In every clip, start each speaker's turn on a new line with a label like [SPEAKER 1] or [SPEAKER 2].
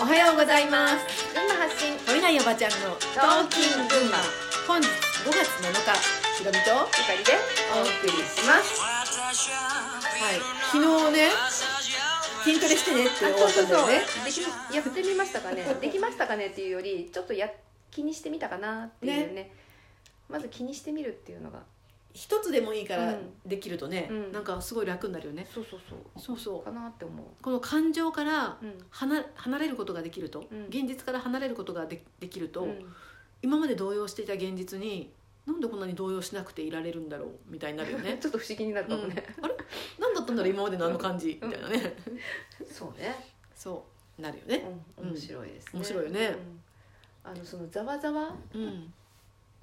[SPEAKER 1] おはようございます
[SPEAKER 2] 群馬発信
[SPEAKER 1] おいないおばちゃんの「
[SPEAKER 2] トーキン群馬
[SPEAKER 1] 本日5月7日ひろみとは
[SPEAKER 2] ゆかりでお送りします
[SPEAKER 1] い昨日ね筋トレしてねって終わったんだよね
[SPEAKER 2] できまやってみましたか ねできましたかねっていうよりちょっとや気にしてみたかなっていうねまず気にしてみるっていうのが
[SPEAKER 1] 一つでもいいから
[SPEAKER 2] うん
[SPEAKER 1] できるとね、
[SPEAKER 2] うん
[SPEAKER 1] なんかすごい楽になるよね
[SPEAKER 2] そうそうそう
[SPEAKER 1] そうそ
[SPEAKER 2] かなって思う
[SPEAKER 1] うこの感情から
[SPEAKER 2] うん
[SPEAKER 1] 離離れることができると、
[SPEAKER 2] うん
[SPEAKER 1] 現実から離れることがでできると、
[SPEAKER 2] うん
[SPEAKER 1] 今まで動揺していた現実になんでこんなに動揺しなくていられるんだろうみたいになるよね
[SPEAKER 2] ちょっと不思議になるかもね、
[SPEAKER 1] 何だったんだろう今までのあの感じみたいなね
[SPEAKER 2] そうね、
[SPEAKER 1] そうなるよね
[SPEAKER 2] うん、面白いですね、
[SPEAKER 1] 面白いよね
[SPEAKER 2] うんあのそのざわざわ
[SPEAKER 1] うん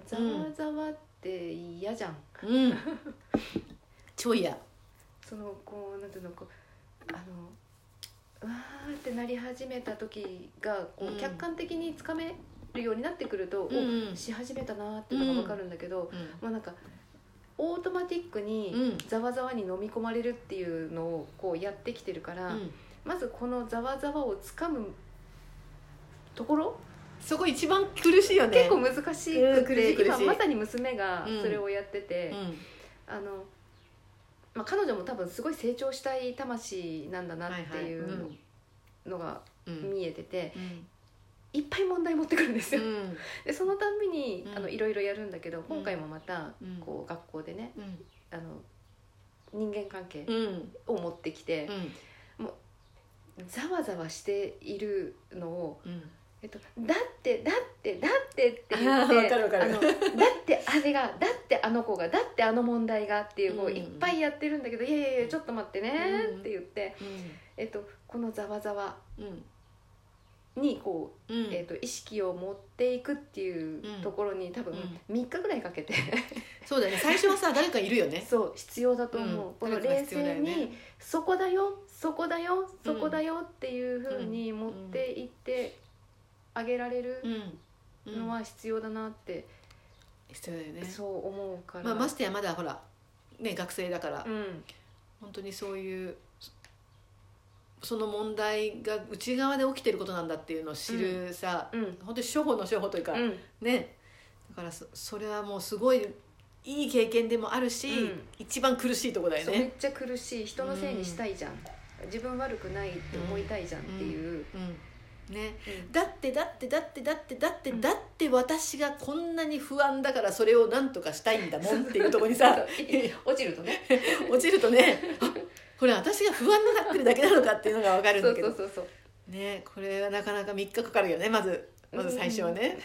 [SPEAKER 2] ざわざわって嫌じゃん、
[SPEAKER 1] うんちょいや
[SPEAKER 2] そのこうなんていうのこうあのうわーってなり始めた時がこ
[SPEAKER 1] うん
[SPEAKER 2] う客観的につかめるようになってくると、
[SPEAKER 1] うんうん
[SPEAKER 2] おし始めたなーっていうのが分かるんだけど、
[SPEAKER 1] う
[SPEAKER 2] まあなんかオートマティック
[SPEAKER 1] んう
[SPEAKER 2] に
[SPEAKER 1] ん
[SPEAKER 2] ざわざわに飲み込まれるっていうのをこうやってきてるから、
[SPEAKER 1] うん
[SPEAKER 2] まずこのざわざわをつかむところ、
[SPEAKER 1] そこ一番苦しいよね
[SPEAKER 2] 結構難し
[SPEAKER 1] うん
[SPEAKER 2] く、
[SPEAKER 1] 苦してい苦しい
[SPEAKER 2] 今まさに娘が
[SPEAKER 1] うん
[SPEAKER 2] それをやってて。
[SPEAKER 1] うん
[SPEAKER 2] あの、まあ、彼女も多分すごい成長したい魂なんだなってい
[SPEAKER 1] はいはいう
[SPEAKER 2] のが
[SPEAKER 1] うん
[SPEAKER 2] 見えてて、い
[SPEAKER 1] うん
[SPEAKER 2] っぱい問題持ってくるんです
[SPEAKER 1] う
[SPEAKER 2] よ、
[SPEAKER 1] ん
[SPEAKER 2] でそのたんびに
[SPEAKER 1] うん
[SPEAKER 2] あのいろいろやるんだけど今回もまた
[SPEAKER 1] うん
[SPEAKER 2] こう学校でね
[SPEAKER 1] うん
[SPEAKER 2] あの人間関係
[SPEAKER 1] うん
[SPEAKER 2] を持ってきて
[SPEAKER 1] うん
[SPEAKER 2] ざわざわしているのを
[SPEAKER 1] うん
[SPEAKER 2] 「えっと、だってだってだって」って言って
[SPEAKER 1] あ
[SPEAKER 2] あ
[SPEAKER 1] ーわかるわ
[SPEAKER 2] の
[SPEAKER 1] かる
[SPEAKER 2] だってあれがだってあの子がだってあの問題がっていうこ
[SPEAKER 1] う
[SPEAKER 2] うんいっぱいやってるんだけど「いやいやいやちょっと待ってね
[SPEAKER 1] う」ん
[SPEAKER 2] って言って。えっと、このざわざわ
[SPEAKER 1] うん
[SPEAKER 2] にこう、
[SPEAKER 1] うん
[SPEAKER 2] えっと、意識を持っていくっていうところに多分
[SPEAKER 1] うん
[SPEAKER 2] 3日ぐらいかけて
[SPEAKER 1] そうだよね最初はさ誰かいるよね
[SPEAKER 2] そう必要だと思う、この冷静に、そこだよそこだよそこだよっていうふうに持っていってあげられるの
[SPEAKER 1] のは
[SPEAKER 2] は必要だなって、
[SPEAKER 1] 必要だよね
[SPEAKER 2] そう思うから、
[SPEAKER 1] まあましてやまだほらね学生だから
[SPEAKER 2] うん
[SPEAKER 1] 本当にそういうそその問題が内側で起きてることなんだっていうのを知るさ、
[SPEAKER 2] うん
[SPEAKER 1] 本当に初歩の初歩というか、
[SPEAKER 2] うん
[SPEAKER 1] ねだからそそれはもうすごいいい経験でもあるし、
[SPEAKER 2] うん
[SPEAKER 1] 一番苦しいとこだよ
[SPEAKER 2] そうめっ
[SPEAKER 1] ね。
[SPEAKER 2] ちゃ苦しい人のせいにしたいじゃん、自分悪くないって思いたいじゃんっていう、
[SPEAKER 1] うんね、
[SPEAKER 2] うん
[SPEAKER 1] だってだってだってだってだって、
[SPEAKER 2] うん
[SPEAKER 1] だって私がこんなに不安だからそれをなんとかしたいんだもんっていうところに さ
[SPEAKER 2] 落ちるとね
[SPEAKER 1] 落ちると ねあこれ私が不安になってるだけなのかっていうのが分かるん
[SPEAKER 2] そ
[SPEAKER 1] だ
[SPEAKER 2] う
[SPEAKER 1] け
[SPEAKER 2] そ
[SPEAKER 1] ど
[SPEAKER 2] うそうそう
[SPEAKER 1] ねこれはなかなか3日かかるよねまずまず最初はね、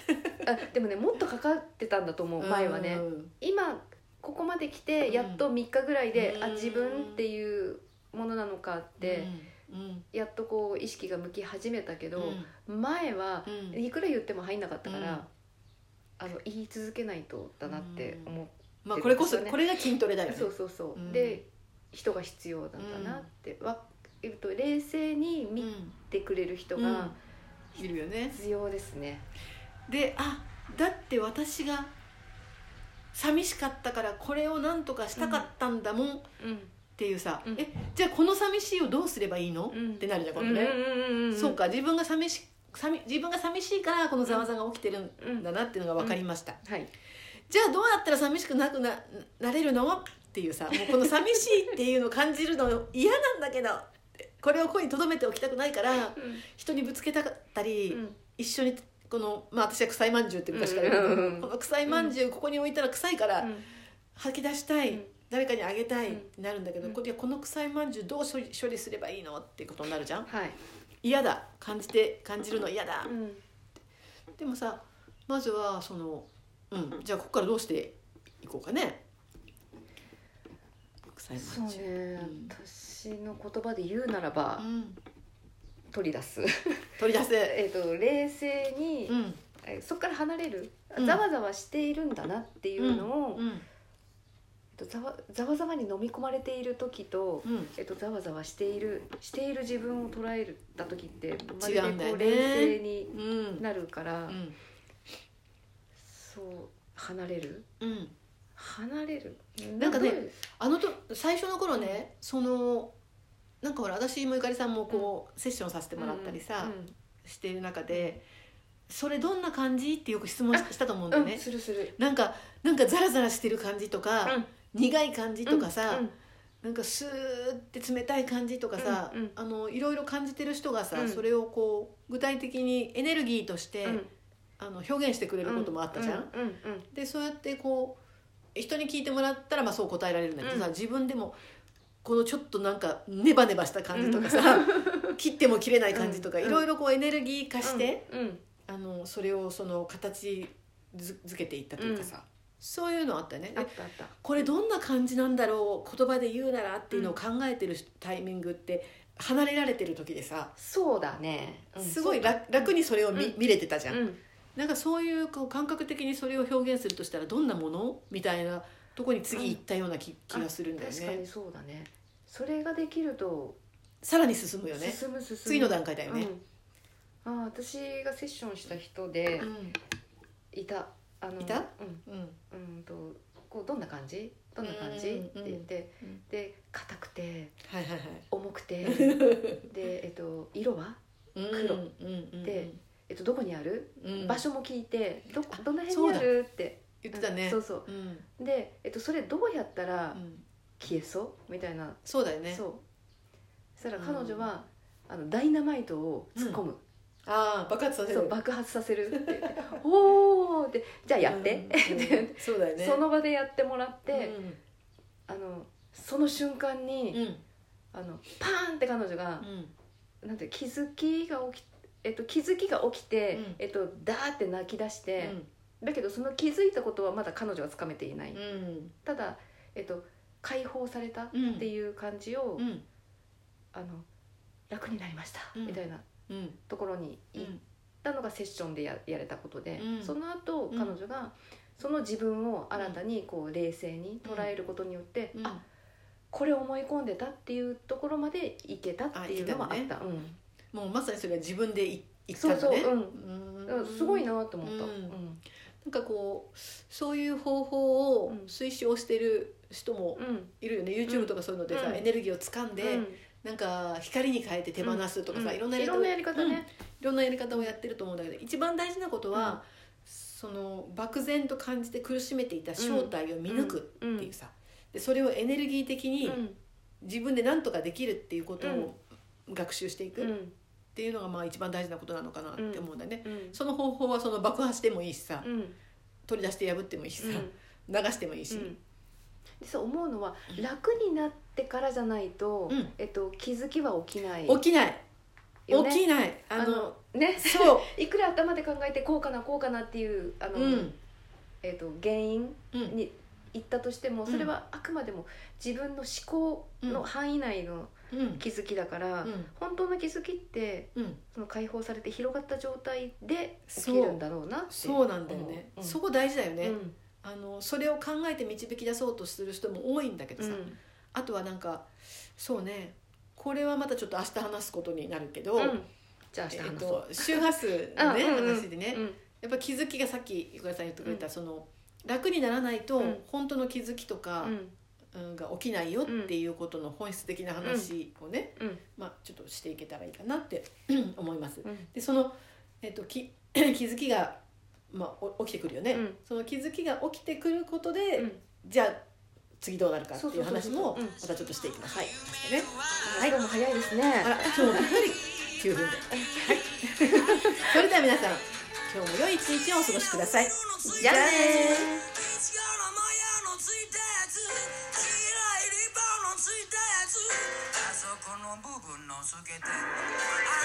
[SPEAKER 2] あでもねもっとかかってたんだと思う前はね
[SPEAKER 1] うん
[SPEAKER 2] 今ここまで来てやっと3日ぐらいで、
[SPEAKER 1] うん
[SPEAKER 2] あ自分っていうものなのかって、
[SPEAKER 1] うん
[SPEAKER 2] やっとこう意識が向き始めたけ
[SPEAKER 1] う
[SPEAKER 2] ど
[SPEAKER 1] ん、
[SPEAKER 2] 前は
[SPEAKER 1] うん
[SPEAKER 2] いくら言っても入んなかったから、
[SPEAKER 1] うん
[SPEAKER 2] あの言い続けないとだなって思って、
[SPEAKER 1] まあこれこそ
[SPEAKER 2] ってことだね
[SPEAKER 1] これが筋トレだよね
[SPEAKER 2] そうそうそう、
[SPEAKER 1] うん
[SPEAKER 2] で人が必要なんだなって、わえっと、冷静に
[SPEAKER 1] う
[SPEAKER 2] 見
[SPEAKER 1] ん
[SPEAKER 2] てくれる人
[SPEAKER 1] うん
[SPEAKER 2] が
[SPEAKER 1] いるよね
[SPEAKER 2] 必要ですね、
[SPEAKER 1] であだって私が寂しかったからこれをなんとかしたかったんだもんっ
[SPEAKER 2] うん
[SPEAKER 1] ていうさ、
[SPEAKER 2] うん
[SPEAKER 1] えじゃあこの寂しいをどうすればいいの、
[SPEAKER 2] うん
[SPEAKER 1] ってなるじゃんこ
[SPEAKER 2] う
[SPEAKER 1] れ
[SPEAKER 2] ん
[SPEAKER 1] ね、
[SPEAKER 2] うんうんうん
[SPEAKER 1] そうか自分が寂し寂自分が寂しいからこのざわざが起きてるん
[SPEAKER 2] うん
[SPEAKER 1] だなっていうのが分かりました、
[SPEAKER 2] はい
[SPEAKER 1] じゃあどうやったら寂しくなくななれるのっていうさもうこの寂しいっていうのを感じるの嫌なんだけどってこれを声に留めておきたくないから人にぶつけたかったり、
[SPEAKER 2] うん
[SPEAKER 1] 一緒にこの、まあ、私は臭いまんじゅうって昔から言うけど、
[SPEAKER 2] うんうんうん
[SPEAKER 1] この臭いまんじゅうここに置いたら臭いから
[SPEAKER 2] うん
[SPEAKER 1] 吐き出したい、
[SPEAKER 2] うん
[SPEAKER 1] 誰かにあげたいっ
[SPEAKER 2] うん
[SPEAKER 1] てなるんだけど、
[SPEAKER 2] うん
[SPEAKER 1] これこの臭いまんじゅうどう処理処理すればいいのっていうことになるじゃん
[SPEAKER 2] はい、
[SPEAKER 1] 嫌だ感じて感じるの嫌だ、
[SPEAKER 2] うん
[SPEAKER 1] でもさまずはその、うん、じゃあここからどうしていこうかね臭い
[SPEAKER 2] そ
[SPEAKER 1] ま
[SPEAKER 2] うん
[SPEAKER 1] じゅう
[SPEAKER 2] ね、
[SPEAKER 1] うん
[SPEAKER 2] 私の言葉で言うならば、
[SPEAKER 1] うん、
[SPEAKER 2] 取り出す
[SPEAKER 1] 取り出す、
[SPEAKER 2] えっと冷静に、
[SPEAKER 1] うん
[SPEAKER 2] えそこから離れる
[SPEAKER 1] うん
[SPEAKER 2] ざわざわしているんだなっていうのを、
[SPEAKER 1] うん
[SPEAKER 2] えっとざわざわざわに飲み込まれている時と、
[SPEAKER 1] うん、
[SPEAKER 2] えっとざわざわしているしている自分を捉えた時ってまる
[SPEAKER 1] 違
[SPEAKER 2] で
[SPEAKER 1] うんだ
[SPEAKER 2] こ
[SPEAKER 1] よね
[SPEAKER 2] う冷静に
[SPEAKER 1] うん
[SPEAKER 2] なるから、
[SPEAKER 1] うん
[SPEAKER 2] そう離れる
[SPEAKER 1] うん
[SPEAKER 2] 離れる
[SPEAKER 1] なんかね
[SPEAKER 2] どういう
[SPEAKER 1] あのと最初の頃ね、そのなんかほら私もゆかりさんもこう、セッションさせてもらったりさ、
[SPEAKER 2] うん
[SPEAKER 1] している中で「それどんな感じ?」ってよく質問したと思うんだよね。
[SPEAKER 2] するする
[SPEAKER 1] なんかなんかザラザラしてる感じとか、苦い感じとかさ、
[SPEAKER 2] うんうん
[SPEAKER 1] なんかスーって冷たい感じとかさ、
[SPEAKER 2] うんうん
[SPEAKER 1] あのいろいろ感じてる人がさ、
[SPEAKER 2] うん
[SPEAKER 1] それをこう具体的にエネルギーとして、
[SPEAKER 2] うん
[SPEAKER 1] あの表現してくれることもあったじゃん。
[SPEAKER 2] うんうんうん
[SPEAKER 1] でそうやってこう人に聞いてもらったらまあそう答えられるんだけどさ、
[SPEAKER 2] うん
[SPEAKER 1] 自分でもこのちょっとなんかネバネバした感じとかさ、 切っても切れない感じとか、
[SPEAKER 2] うん
[SPEAKER 1] いろいろこうエネルギー化して、
[SPEAKER 2] うん
[SPEAKER 1] あのそれをその形づづけていったというかさ、そういうのあったよね。
[SPEAKER 2] あ
[SPEAKER 1] で
[SPEAKER 2] ったあった
[SPEAKER 1] これどんな感じなんだろう言葉で言うならっていうのを考えてるタイミングって離れられてる時でさ
[SPEAKER 2] そうだね、うん
[SPEAKER 1] すごい楽楽にそれを見,、
[SPEAKER 2] うん
[SPEAKER 1] 見れてたじ
[SPEAKER 2] そ
[SPEAKER 1] ゃ、
[SPEAKER 2] うんうん
[SPEAKER 1] なんかそういうこう感覚的にそれを表現するとしたらどんなものみたいなとこに次行ったような気,、気がするんだよ
[SPEAKER 2] 確か
[SPEAKER 1] ね
[SPEAKER 2] にそうだねそれができると
[SPEAKER 1] さらに進むよね
[SPEAKER 2] 進む進む
[SPEAKER 1] 次の段階だよね、
[SPEAKER 2] うん、あー私がセッションした人でいたあの
[SPEAKER 1] いた
[SPEAKER 2] うん
[SPEAKER 1] うんうん
[SPEAKER 2] うんとこうどんな感じどんな感じ
[SPEAKER 1] うん
[SPEAKER 2] って言って
[SPEAKER 1] うん
[SPEAKER 2] で硬くて
[SPEAKER 1] はいはいはい
[SPEAKER 2] 重くて でえっと色は
[SPEAKER 1] 黒うん
[SPEAKER 2] でえっとどこにある、
[SPEAKER 1] うん
[SPEAKER 2] 場所も聞いてど
[SPEAKER 1] あ
[SPEAKER 2] どの辺にあるって
[SPEAKER 1] 言ってた
[SPEAKER 2] う
[SPEAKER 1] ね
[SPEAKER 2] んそうそう
[SPEAKER 1] うん、うん
[SPEAKER 2] でえっとそれどうやったら消えそうみたいな
[SPEAKER 1] そうだよね
[SPEAKER 2] そうそしたら彼女は、あのダイナマイトを突っ込む、
[SPEAKER 1] ああ爆発させる
[SPEAKER 2] そう爆発させるって言って 「おお!」って「じゃあやって」
[SPEAKER 1] うんうんそうだよね
[SPEAKER 2] その場でやってもらって、
[SPEAKER 1] うん
[SPEAKER 2] あのその瞬間に、
[SPEAKER 1] うん
[SPEAKER 2] あのパーンって彼女が、なんて気づきが起きえっと、気づきが起きて、
[SPEAKER 1] うん
[SPEAKER 2] えっと、ダーって泣き出して、だけどその気づいたことはまだ彼女はつかめていない、
[SPEAKER 1] うん
[SPEAKER 2] ただ、えっと、解放されたっ
[SPEAKER 1] うん
[SPEAKER 2] ていう感じを、
[SPEAKER 1] うん
[SPEAKER 2] あの楽になりました、
[SPEAKER 1] うん
[SPEAKER 2] みたいな
[SPEAKER 1] うん
[SPEAKER 2] ところに行っったのがセッションでややれたことで、
[SPEAKER 1] うん
[SPEAKER 2] その後
[SPEAKER 1] うん
[SPEAKER 2] 彼女がその自分を新たにこう冷静に捉えることによって、
[SPEAKER 1] うん
[SPEAKER 2] あこれ思い込んでたっていうところまでいけたっていうのもあったうん
[SPEAKER 1] もうまさにそれは自分でい言った
[SPEAKER 2] そ
[SPEAKER 1] の
[SPEAKER 2] う
[SPEAKER 1] ね
[SPEAKER 2] そう、
[SPEAKER 1] うん
[SPEAKER 2] うん、すごいなと思った、
[SPEAKER 1] う
[SPEAKER 2] うんん
[SPEAKER 1] なんかこうそういう方法を
[SPEAKER 2] うん
[SPEAKER 1] 推奨してる人も
[SPEAKER 2] うん
[SPEAKER 1] いるよね、YouTube とかそういうのでさ、
[SPEAKER 2] うん
[SPEAKER 1] エネルギーを掴んで、
[SPEAKER 2] うん
[SPEAKER 1] なんか光に変えて手放すとかさ、
[SPEAKER 2] うん
[SPEAKER 1] いろんな
[SPEAKER 2] やり方
[SPEAKER 1] うん
[SPEAKER 2] ね、
[SPEAKER 1] いろんなやり方をやってると思うんだけど一番大事なことは、
[SPEAKER 2] うん
[SPEAKER 1] その漠然と感じて苦しめていた正体を見抜く
[SPEAKER 2] うん
[SPEAKER 1] っていうさ、でそれをエネルギー的に、
[SPEAKER 2] うん
[SPEAKER 1] 自分で何とかできるっていうことを学習していく
[SPEAKER 2] う
[SPEAKER 1] っ
[SPEAKER 2] ん
[SPEAKER 1] ていうのがまあ一番大事なことなのかなって思うんだよね。
[SPEAKER 2] うん
[SPEAKER 1] その方法はその爆破してもいいしさ
[SPEAKER 2] うんうん
[SPEAKER 1] 取り出して破ってもいいしさ流してもいいし、
[SPEAKER 2] うんでそう思うのは
[SPEAKER 1] うん
[SPEAKER 2] 楽になってからじゃないと、
[SPEAKER 1] うん
[SPEAKER 2] えっと、気づきは起きない
[SPEAKER 1] 起きない、
[SPEAKER 2] よね
[SPEAKER 1] 起きないあの
[SPEAKER 2] あのね
[SPEAKER 1] そう、
[SPEAKER 2] いくら頭で考えてこうかなこうかなって いうあの、
[SPEAKER 1] うん
[SPEAKER 2] えー、と原因
[SPEAKER 1] うん
[SPEAKER 2] に行ったとしても
[SPEAKER 1] うん
[SPEAKER 2] それはあくまでも自分の思考
[SPEAKER 1] う
[SPEAKER 2] の
[SPEAKER 1] ん
[SPEAKER 2] 範囲内の
[SPEAKER 1] うん
[SPEAKER 2] 気づきだから、
[SPEAKER 1] うん
[SPEAKER 2] 本当の気づきって
[SPEAKER 1] うん、
[SPEAKER 2] その解放されて広がった状態で起きるんだろうなって
[SPEAKER 1] そうなんだよね、
[SPEAKER 2] うん
[SPEAKER 1] そこ大事だよね、
[SPEAKER 2] うん
[SPEAKER 1] あのそれを考えて導き出そうとする人も多いんだけど
[SPEAKER 2] う
[SPEAKER 1] さ、
[SPEAKER 2] ん
[SPEAKER 1] あとはなんかそうねこれはまたちょっと明日話すことになるけど、
[SPEAKER 2] うんじゃあ明日
[SPEAKER 1] えっ
[SPEAKER 2] 話そ
[SPEAKER 1] と、
[SPEAKER 2] う
[SPEAKER 1] 周波数のね、
[SPEAKER 2] うんうんうん
[SPEAKER 1] 話でね、
[SPEAKER 2] うん
[SPEAKER 1] やっぱ気づきがさっきゆかりさん言ってくれた、
[SPEAKER 2] うん
[SPEAKER 1] その楽にならないと
[SPEAKER 2] うん
[SPEAKER 1] 本当の気づきとか、
[SPEAKER 2] うん
[SPEAKER 1] うんが起きないよっていうことの本質的な話をね、
[SPEAKER 2] うん
[SPEAKER 1] まあ、ちょっとしていけたらいいかなって 思います。
[SPEAKER 2] うん
[SPEAKER 1] でその、えっとき 気づきが、まあ、お起きてくるよね、
[SPEAKER 2] うん
[SPEAKER 1] その気づきが起きてくることで、
[SPEAKER 2] うん
[SPEAKER 1] じゃあ次どうなるかって
[SPEAKER 2] そう
[SPEAKER 1] い
[SPEAKER 2] そううそう
[SPEAKER 1] 話
[SPEAKER 2] そう
[SPEAKER 1] も
[SPEAKER 2] うん
[SPEAKER 1] またちょっとしていきます。はい、ね、
[SPEAKER 2] はい、今日も早いですね
[SPEAKER 1] あら今日もぴったり9分で。はい、それでは皆さん今日も良い一日をお過ごしください。
[SPEAKER 2] じゃあねー
[SPEAKER 3] 力も矢のついたやつ黄色いリボンのついたやつあそこの部分の透けてるあ